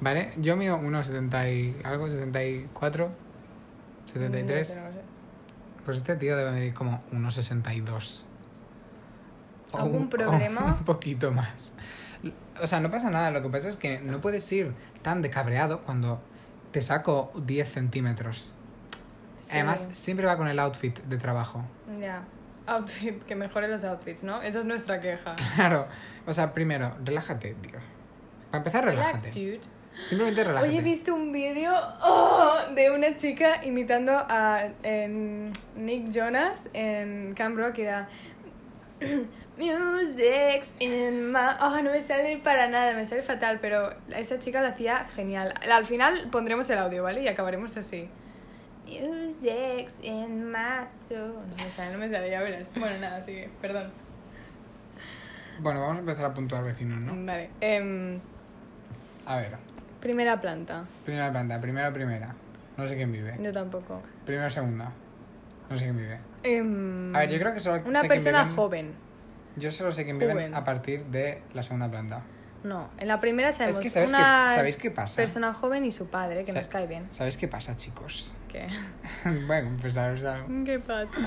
Speaker 1: ¿Vale? Yo mido unos 70 y algo, 74,
Speaker 2: No, no
Speaker 1: 73.
Speaker 2: sé, no sé.
Speaker 1: Pues este tío debe medir como unos 62. O
Speaker 2: ¿Algún
Speaker 1: un- o
Speaker 2: problema?
Speaker 1: un poquito más. O sea, no pasa nada, lo que pasa es que no puedes ir tan decabreado cuando te saco 10 centímetros.
Speaker 2: Sí.
Speaker 1: Además, siempre va con el outfit de trabajo.
Speaker 2: Ya. Outfit, que mejore los outfits, ¿no? Esa es nuestra queja.
Speaker 1: Claro. O sea, primero, relájate, tío. Para empezar,
Speaker 2: Relax,
Speaker 1: relájate.
Speaker 2: dude.
Speaker 1: Simplemente relájate.
Speaker 2: Oye, ¿viste un vídeo oh, de una chica imitando a en Nick Jonas en Camp Rock? y Era Music's in my... Oh, no me sale para nada, me sale fatal, pero esa chica la hacía genial. Al final pondremos el audio, ¿vale? Y acabaremos así. Music's in my soul. No me sale, no me sale, ya verás. Bueno, nada, sigue, perdón.
Speaker 1: Bueno, vamos a empezar a puntuar vecinos, ¿no?
Speaker 2: Vale. em,
Speaker 1: A ver,
Speaker 2: primera planta.
Speaker 1: primera planta, primera, primera. No sé quién vive.
Speaker 2: Yo tampoco.
Speaker 1: Primera, segunda. No sé quién vive.
Speaker 2: Em,
Speaker 1: A ver, yo creo que solo
Speaker 2: Una
Speaker 1: sé quién
Speaker 2: persona
Speaker 1: viven-
Speaker 2: joven.
Speaker 1: Yo solo sé quién
Speaker 2: Joven.
Speaker 1: vive a partir de la segunda planta.
Speaker 2: No, en la primera sabemos
Speaker 1: Es que ¿sabes,
Speaker 2: una
Speaker 1: qué, ¿sabéis qué pasa?
Speaker 2: persona joven y su padre, que
Speaker 1: Sa-
Speaker 2: nos cae bien.
Speaker 1: ¿Sabéis qué pasa, chicos?
Speaker 2: ¿Qué?
Speaker 1: bueno, pues sabes algo.
Speaker 2: ¿Qué pasa?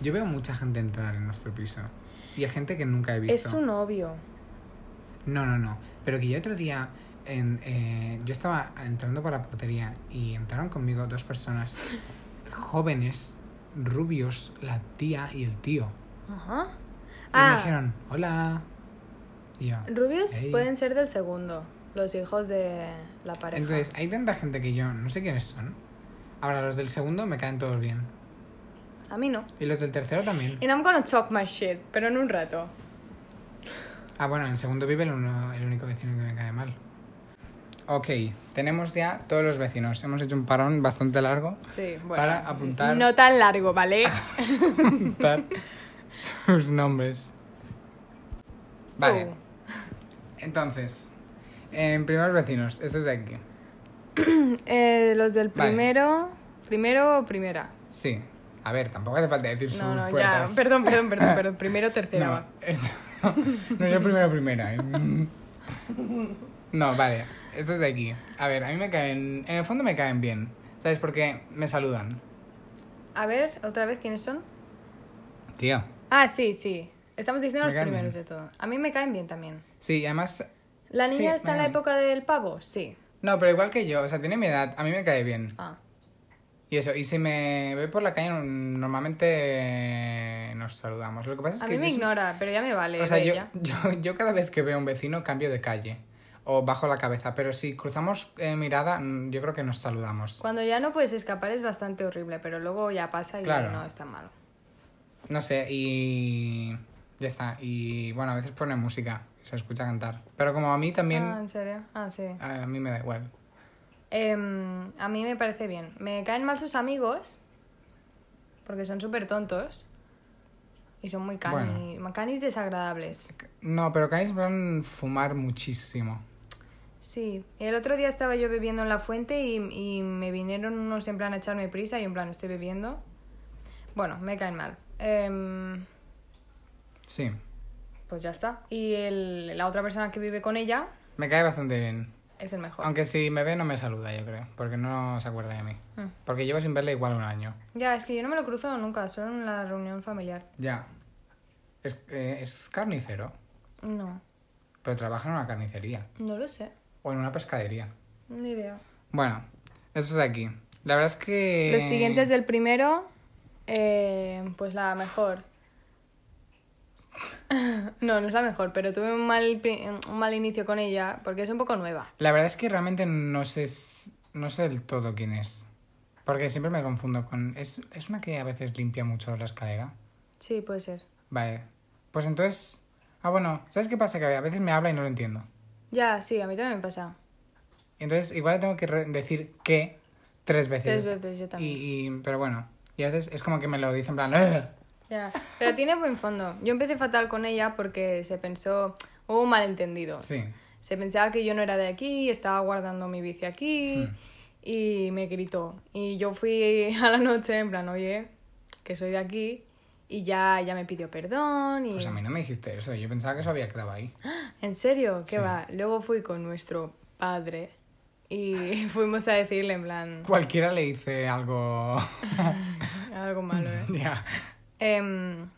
Speaker 1: Yo veo mucha gente entrar en nuestro piso. Y hay gente que nunca he visto.
Speaker 2: Es su novio.
Speaker 1: No, no, no. Pero que yo otro día, en, eh, yo estaba entrando por la portería y entraron conmigo dos personas jóvenes, rubios, la tía y el tío.
Speaker 2: Ajá.
Speaker 1: Y me
Speaker 2: Ah,
Speaker 1: dijeron, hola. Y yo.
Speaker 2: rubios
Speaker 1: "Hey".
Speaker 2: pueden ser del segundo, los hijos de la pareja.
Speaker 1: Entonces, hay tanta gente que yo no sé quiénes son. Ahora, los del segundo me caen todos bien.
Speaker 2: A mí no.
Speaker 1: Y los del tercero también.
Speaker 2: And I'm gonna talk my shit, pero en un rato.
Speaker 1: Ah, bueno, en el segundo vive el, uno- el único vecino que me cae mal. Ok, tenemos ya todos los vecinos. Hemos hecho un parón bastante largo
Speaker 2: Sí, bueno.
Speaker 1: para apuntar. Ah,
Speaker 2: No tan largo, ¿vale?
Speaker 1: apuntar sus nombres. Vale. Entonces, en primeros vecinos, estos de aquí.
Speaker 2: So, eh, los del
Speaker 1: Vale.
Speaker 2: primero, primero o primera.
Speaker 1: Sí. A ver, tampoco hace falta decir sus
Speaker 2: No, no,
Speaker 1: puertas.
Speaker 2: ya. Perdón, perdón, perdón, perdón. Primero, tercera.
Speaker 1: No,
Speaker 2: va.
Speaker 1: esto- no es el primero primera. eh. No, vale. Estos de aquí. A ver, a mí me caen... En el fondo me caen bien. ¿Sabes? Porque me saludan.
Speaker 2: A ver, otra vez, ¿quiénes son?
Speaker 1: Tío.
Speaker 2: Ah, sí, sí. Estamos diciendo
Speaker 1: Me
Speaker 2: los
Speaker 1: caen
Speaker 2: primeros
Speaker 1: bien.
Speaker 2: de todo. A mí me caen bien también.
Speaker 1: Sí, y además...
Speaker 2: ¿La
Speaker 1: Sí,
Speaker 2: niña está
Speaker 1: me
Speaker 2: en la
Speaker 1: caen.
Speaker 2: época del pavo? Sí.
Speaker 1: No, pero igual que yo. O sea, tiene mi edad. A mí me cae bien.
Speaker 2: Ah.
Speaker 1: Y eso, y si me ve por la calle, no- normalmente eh, nos saludamos. Lo que pasa es
Speaker 2: A
Speaker 1: que.
Speaker 2: mí me
Speaker 1: yo soy-
Speaker 2: ignora, pero ya me vale.
Speaker 1: O sea,
Speaker 2: de
Speaker 1: yo,
Speaker 2: ella.
Speaker 1: yo, yo cada vez que veo a un vecino cambio de calle o bajo la cabeza, pero si cruzamos eh, mirada, mm, yo creo que nos saludamos.
Speaker 2: Cuando ya no puedes escapar es bastante horrible, pero luego ya pasa y
Speaker 1: Claro.
Speaker 2: no es tan malo.
Speaker 1: No sé, y. Ya está. Y bueno, a veces pone música, se escucha cantar. Pero como a mí
Speaker 2: Ah,
Speaker 1: también.
Speaker 2: ¿en serio? Ah, sí.
Speaker 1: A mí me da igual.
Speaker 2: Em, a mí me parece bien. Me caen mal sus amigos, porque son súper tontos. Y son muy canis, canis desagradables.
Speaker 1: No, pero Canis van a fumar muchísimo.
Speaker 2: Sí, el otro día estaba yo bebiendo en la fuente y, y me vinieron unos en plan a echarme prisa y en plan estoy bebiendo. Bueno, me caen mal. Em,
Speaker 1: Sí,
Speaker 2: pues ya está. Y el- la otra persona que vive con ella
Speaker 1: me cae bastante bien.
Speaker 2: es el mejor.
Speaker 1: Aunque si me ve no me saluda, yo creo, porque no se acuerda de mí.
Speaker 2: Mm.
Speaker 1: Porque llevo sin verle igual un año.
Speaker 2: Ya, es que yo no me lo cruzo nunca, solo en la reunión familiar.
Speaker 1: Ya. Es, eh, es carnicero,
Speaker 2: No,
Speaker 1: pero trabaja en una carnicería
Speaker 2: no lo sé.
Speaker 1: o en una pescadería.
Speaker 2: Ni idea.
Speaker 1: Bueno, esto es aquí. La verdad es que...
Speaker 2: Los siguientes del primero, eh, pues la mejor. no, no es la mejor, pero tuve un mal, pri- un mal inicio con ella porque es un poco nueva.
Speaker 1: La verdad es que realmente no sé, s- no sé del todo quién es. Porque siempre me confundo con... ¿Es, es una que a veces limpia mucho la escalera?
Speaker 2: Sí, puede ser.
Speaker 1: Vale. Pues entonces. Ah, bueno, ¿sabes qué pasa? Que a veces me habla y no lo entiendo.
Speaker 2: Ya, sí, a mí también me pasa.
Speaker 1: Entonces, igual le tengo que re- decir que tres veces.
Speaker 2: Tres veces, yo también.
Speaker 1: Y, y- pero bueno, y a veces es como que me lo dice en plan. "Ugh".
Speaker 2: Ya. Pero tiene buen fondo. Yo empecé fatal con ella porque se pensó. Hubo un malentendido.
Speaker 1: Sí.
Speaker 2: Se pensaba que yo no era de aquí, estaba guardando mi bici aquí
Speaker 1: Hmm.
Speaker 2: y me gritó. Y yo fui a la noche en plan, oye, que soy de aquí y ya, ya me pidió perdón. Y...
Speaker 1: Pues a mí no me dijiste eso. Yo pensaba que eso había quedado ahí.
Speaker 2: ¿En serio? ¿Qué
Speaker 1: Sí.
Speaker 2: va? Luego fui con nuestro padre y fuimos a decirle en plan
Speaker 1: Cualquiera le dice algo.
Speaker 2: algo malo, ¿eh?
Speaker 1: ya.
Speaker 2: Em,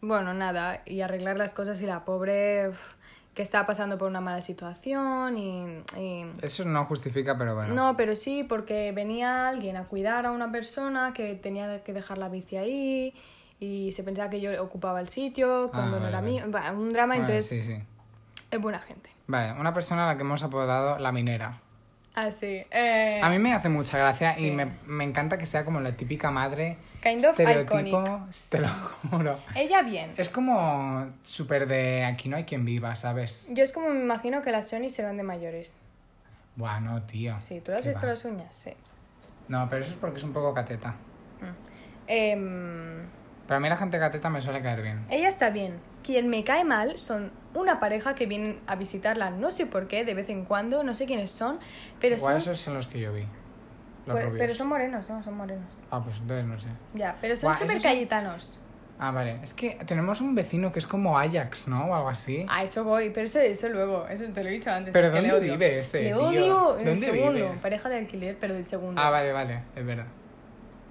Speaker 2: bueno, nada, y arreglar las cosas y la pobre uf, que está pasando por una mala situación y- y
Speaker 1: Eso no justifica, pero bueno.
Speaker 2: No, pero sí, porque venía alguien a cuidar a una persona que tenía que dejar la bici ahí y se pensaba que yo ocupaba el sitio cuando no
Speaker 1: vale,
Speaker 2: era
Speaker 1: Ah, vale.
Speaker 2: mío. Bah, un drama,
Speaker 1: Bueno,
Speaker 2: entonces
Speaker 1: sí, sí.
Speaker 2: es buena gente.
Speaker 1: Vale, una persona a la que hemos apodado la minera.
Speaker 2: Ah, sí. Eh,
Speaker 1: A mí me hace mucha gracia
Speaker 2: Sí.
Speaker 1: y me, me encanta que sea como la típica madre.
Speaker 2: Kind of
Speaker 1: estereotipo, te lo juro.
Speaker 2: Ella bien.
Speaker 1: Es como súper de aquí no hay quien viva, ¿sabes?
Speaker 2: Yo es como me imagino que las Sony serán de mayores.
Speaker 1: Bueno, tío.
Speaker 2: Sí, ¿tú
Speaker 1: Ah,
Speaker 2: las has
Speaker 1: qué
Speaker 2: visto
Speaker 1: va.
Speaker 2: las uñas? Sí.
Speaker 1: No, pero eso es porque es un poco cateta.
Speaker 2: Em,
Speaker 1: Pero a mí la gente cateta me suele caer bien.
Speaker 2: ella está bien. Quien me cae mal son una pareja que vienen a visitarla, no sé por qué, de vez en cuando, no sé quiénes son, pero
Speaker 1: Igual
Speaker 2: son,
Speaker 1: esos son los que yo vi. Los
Speaker 2: pues-
Speaker 1: rubios.
Speaker 2: pero son morenos, no, son morenos.
Speaker 1: Ah, pues entonces no sé.
Speaker 2: Ya, pero son
Speaker 1: Buah, esos
Speaker 2: súper
Speaker 1: son-
Speaker 2: cayetanos.
Speaker 1: Ah, vale. Es que tenemos un vecino que es como Ajax, ¿no? O algo así.
Speaker 2: A eso voy, pero eso, eso luego, eso te lo he dicho antes.
Speaker 1: Pero
Speaker 2: es que le
Speaker 1: ¿dónde
Speaker 2: odio.
Speaker 1: vive ese,
Speaker 2: Le
Speaker 1: tío?
Speaker 2: odio en el
Speaker 1: ¿Dónde
Speaker 2: segundo,
Speaker 1: vive?
Speaker 2: pareja de alquiler, pero del segundo.
Speaker 1: Ah, vale, vale. Es verdad.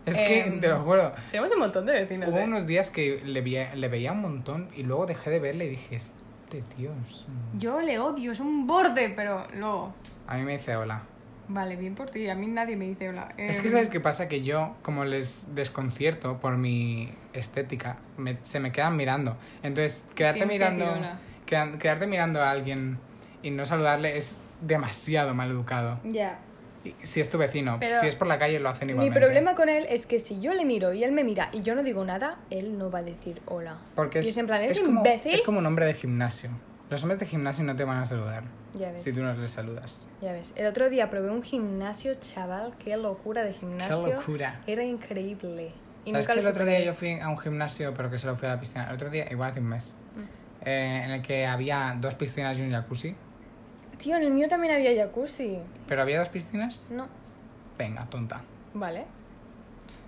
Speaker 1: Es que,
Speaker 2: Em,
Speaker 1: te lo juro,
Speaker 2: Tenemos un montón de vecinos.
Speaker 1: hubo
Speaker 2: ¿eh?
Speaker 1: unos días que le, vi- le veía un montón y luego dejé de verle y dije, este tío es un-".
Speaker 2: Yo le odio, es un borde, pero luego.
Speaker 1: A mí me dice hola.
Speaker 2: Vale, bien por ti, a mí nadie me dice hola.
Speaker 1: Es que
Speaker 2: Em,
Speaker 1: sabes qué pasa que yo como les desconcierto por mi estética me- se me quedan mirando entonces quedarte
Speaker 2: Tienes que decir
Speaker 1: mirando
Speaker 2: hola.
Speaker 1: quedan- quedarte mirando a alguien y no saludarle es demasiado mal educado
Speaker 2: Ya.
Speaker 1: Y si es tu vecino
Speaker 2: Pero-
Speaker 1: si es por la calle lo hacen
Speaker 2: Mi
Speaker 1: igualmente
Speaker 2: problema con él es que si yo le miro y él me mira y yo no digo nada, él no va a decir hola.
Speaker 1: porque
Speaker 2: Y
Speaker 1: es,
Speaker 2: es en plan, ¿eres
Speaker 1: como,
Speaker 2: imbécil?
Speaker 1: es como un hombre de gimnasio los hombres de gimnasio no te van a saludar
Speaker 2: Ya ves.
Speaker 1: si tú no les saludas
Speaker 2: Ya ves, el otro día probé un gimnasio, chaval, qué locura de gimnasio.
Speaker 1: locura.
Speaker 2: Era increíble. Y
Speaker 1: ¿Sabes
Speaker 2: nunca
Speaker 1: que
Speaker 2: lo
Speaker 1: el otro
Speaker 2: superé.
Speaker 1: día yo fui a un gimnasio, pero que solo fui a la piscina? El otro día, igual hace un mes,
Speaker 2: Mm.
Speaker 1: eh, en el que había dos piscinas y un jacuzzi.
Speaker 2: Tío, en el mío también había jacuzzi.
Speaker 1: ¿Pero había dos piscinas?
Speaker 2: No.
Speaker 1: Venga, tonta.
Speaker 2: Vale.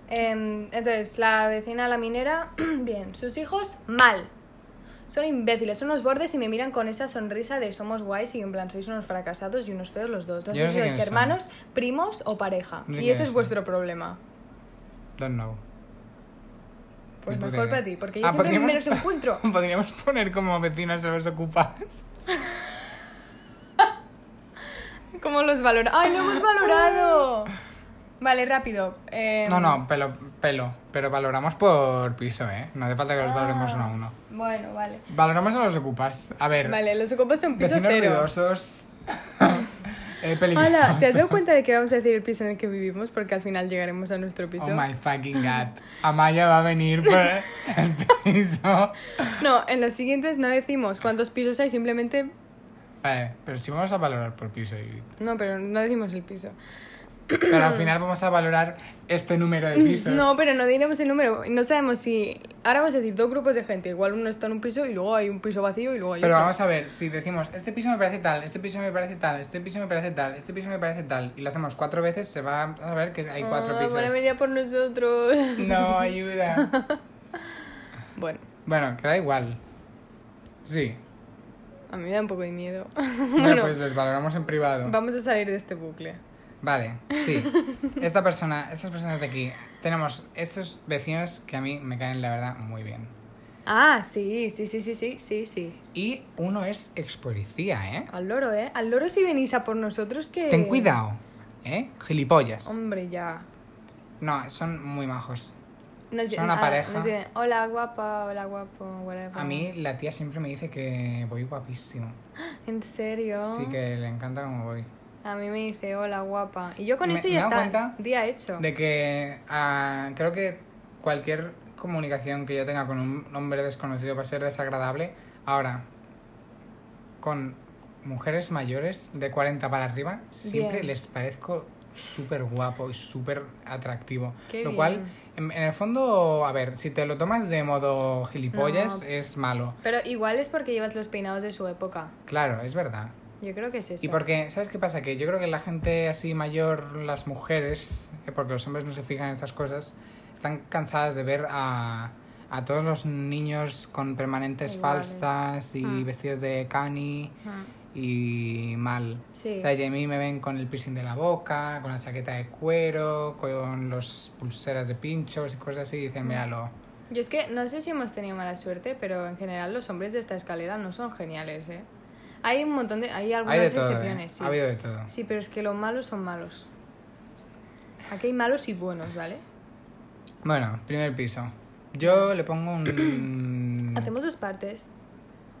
Speaker 2: Em, entonces, la vecina, la minera, bien. Sus hijos, mal. Son imbéciles, son unos bordes y me miran con esa sonrisa de somos guays y en plan sois unos fracasados y unos feos los dos. No
Speaker 1: Yo
Speaker 2: sé
Speaker 1: no
Speaker 2: si
Speaker 1: sé
Speaker 2: sois
Speaker 1: quiénes son.
Speaker 2: hermanos, primos o pareja.
Speaker 1: No sé
Speaker 2: y ese
Speaker 1: quiénes
Speaker 2: es
Speaker 1: son.
Speaker 2: vuestro problema.
Speaker 1: Don't know.
Speaker 2: Pues
Speaker 1: Ni puta
Speaker 2: mejor
Speaker 1: idea.
Speaker 2: para ti, porque yo
Speaker 1: Ah,
Speaker 2: siempre me
Speaker 1: podríamos-
Speaker 2: los encuentro.
Speaker 1: Podríamos poner como vecinas a los ocupas.
Speaker 2: ¿Cómo los valora? ¡Ay, lo hemos valorado! Vale, rápido. em,
Speaker 1: No, no, pelo, pelo. Pero valoramos por piso, ¿eh? No hace falta que los
Speaker 2: ah,
Speaker 1: valoremos uno a uno.
Speaker 2: Bueno, vale.
Speaker 1: Valoramos a los ocupas. A ver,
Speaker 2: Vale, los ocupas son piso
Speaker 1: vecinos
Speaker 2: cero.
Speaker 1: ruidosos. eh, peligrosos.
Speaker 2: Hola, ¿te has dado cuenta de que vamos a decir el piso en el que vivimos? Porque al final llegaremos a nuestro piso.
Speaker 1: Oh my fucking god. Amaya va a venir por el piso.
Speaker 2: No, en los siguientes no decimos cuántos pisos hay, simplemente...
Speaker 1: Vale, pero si vamos a valorar por piso, Judith.
Speaker 2: No, pero no decimos el piso.
Speaker 1: Pero al final vamos a valorar este número de pisos.
Speaker 2: Mm, No, pero no diremos el número. No sabemos si... Ahora vamos a decir dos grupos de gente. Igual uno está en un piso y luego hay un piso vacío y luego hay
Speaker 1: Pero
Speaker 2: otro.
Speaker 1: vamos a ver, si decimos, este piso me parece tal, este piso me parece tal, este piso me parece tal, este piso me parece tal, y lo hacemos cuatro veces, se va a ver que hay cuatro
Speaker 2: Ah,
Speaker 1: pisos.
Speaker 2: Van a venir a por nosotros.
Speaker 1: No, ayuda.
Speaker 2: bueno,
Speaker 1: bueno, queda igual. Sí.
Speaker 2: a mí me da un poco de miedo.
Speaker 1: Bueno,
Speaker 2: bueno,
Speaker 1: pues los valoramos en privado.
Speaker 2: vamos a salir de este bucle.
Speaker 1: Vale, sí. Esta persona, estas personas de aquí, tenemos estos vecinos que a mí me caen, la verdad, muy bien.
Speaker 2: Ah, sí, sí, sí, sí, sí, sí, sí.
Speaker 1: Y uno es ex policía, ¿eh?
Speaker 2: Al loro, ¿eh? Al loro si venís a por nosotros que...
Speaker 1: Ten cuidado, ¿eh? Gilipollas.
Speaker 2: Hombre, ya.
Speaker 1: No, son muy majos.
Speaker 2: Nos-
Speaker 1: Son una
Speaker 2: ah,
Speaker 1: pareja.
Speaker 2: nos dicen, hola guapa, hola guapo, whatever.
Speaker 1: A mí la tía siempre me dice que voy guapísimo.
Speaker 2: ¿En serio?
Speaker 1: Sí que le encanta como voy.
Speaker 2: A mí me dice, hola guapa. Y yo con
Speaker 1: Me-
Speaker 2: eso
Speaker 1: me
Speaker 2: ya
Speaker 1: he dado
Speaker 2: está.
Speaker 1: cuenta
Speaker 2: Día hecho.
Speaker 1: De que ah, creo que cualquier comunicación que yo tenga con un hombre desconocido va a ser desagradable. Ahora, con mujeres mayores de 40 para arriba, siempre
Speaker 2: Bien.
Speaker 1: les parezco súper guapo y súper atractivo.
Speaker 2: Qué
Speaker 1: lo
Speaker 2: bien.
Speaker 1: cual, en, en el fondo, a ver, si te lo tomas de modo gilipollas,
Speaker 2: No.
Speaker 1: es malo.
Speaker 2: Pero igual es porque llevas los peinados de su época.
Speaker 1: Claro, es verdad.
Speaker 2: Yo creo que es eso.
Speaker 1: Y porque, ¿sabes qué pasa? Que yo creo que la gente así mayor, las mujeres, eh, porque los hombres no se fijan en estas cosas, están cansadas de ver a, a todos los niños con permanentes
Speaker 2: Iguales.
Speaker 1: falsas y
Speaker 2: Mm.
Speaker 1: vestidos de cani
Speaker 2: Ajá.
Speaker 1: y mal.
Speaker 2: Sí.
Speaker 1: ¿Sabes? Y a mí me ven con el piercing de la boca, con la chaqueta de cuero, con los pulseras de pinchos y cosas así, y dicen, míralo.
Speaker 2: Yo es que no sé si hemos tenido mala suerte, pero en general los hombres de esta escalera no son geniales, ¿eh? Hay un montón de... Hay algunas
Speaker 1: Hay de todo, ¿eh?
Speaker 2: excepciones, sí.
Speaker 1: Ha habido de todo.
Speaker 2: Sí, pero es que los malos son malos. Aquí hay malos y buenos, ¿vale?
Speaker 1: Bueno, primer piso. Yo le pongo un...
Speaker 2: Hacemos dos partes.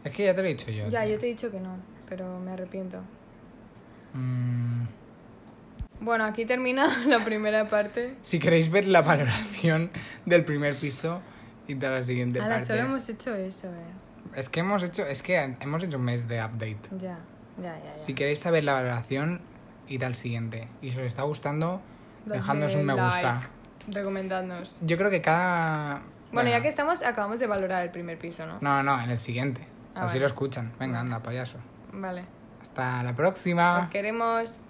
Speaker 1: Es que ya te lo he dicho yo.
Speaker 2: Ya,
Speaker 1: tío.
Speaker 2: yo te he dicho que no, pero me arrepiento.
Speaker 1: Mm,
Speaker 2: Bueno, aquí termina la primera parte.
Speaker 1: Si queréis ver la valoración del primer piso y de la siguiente
Speaker 2: Ahora
Speaker 1: parte.
Speaker 2: solo hemos hecho eso, ¿eh?
Speaker 1: Es que hemos hecho, es que hemos hecho un mes de update.
Speaker 2: Ya, ya, ya. ya.
Speaker 1: Si queréis saber la valoración, id al siguiente. Y si os está gustando, dejadnos un me
Speaker 2: Dadle
Speaker 1: gusta.
Speaker 2: like, Recomendadnos.
Speaker 1: Yo creo que cada.
Speaker 2: Bueno, ya que estamos, acabamos de valorar el primer piso, ¿no?
Speaker 1: No, no, en el siguiente.
Speaker 2: Ah,
Speaker 1: Así
Speaker 2: vale.
Speaker 1: lo escuchan. Venga, anda, payaso.
Speaker 2: Vale.
Speaker 1: Hasta la próxima.
Speaker 2: Os queremos.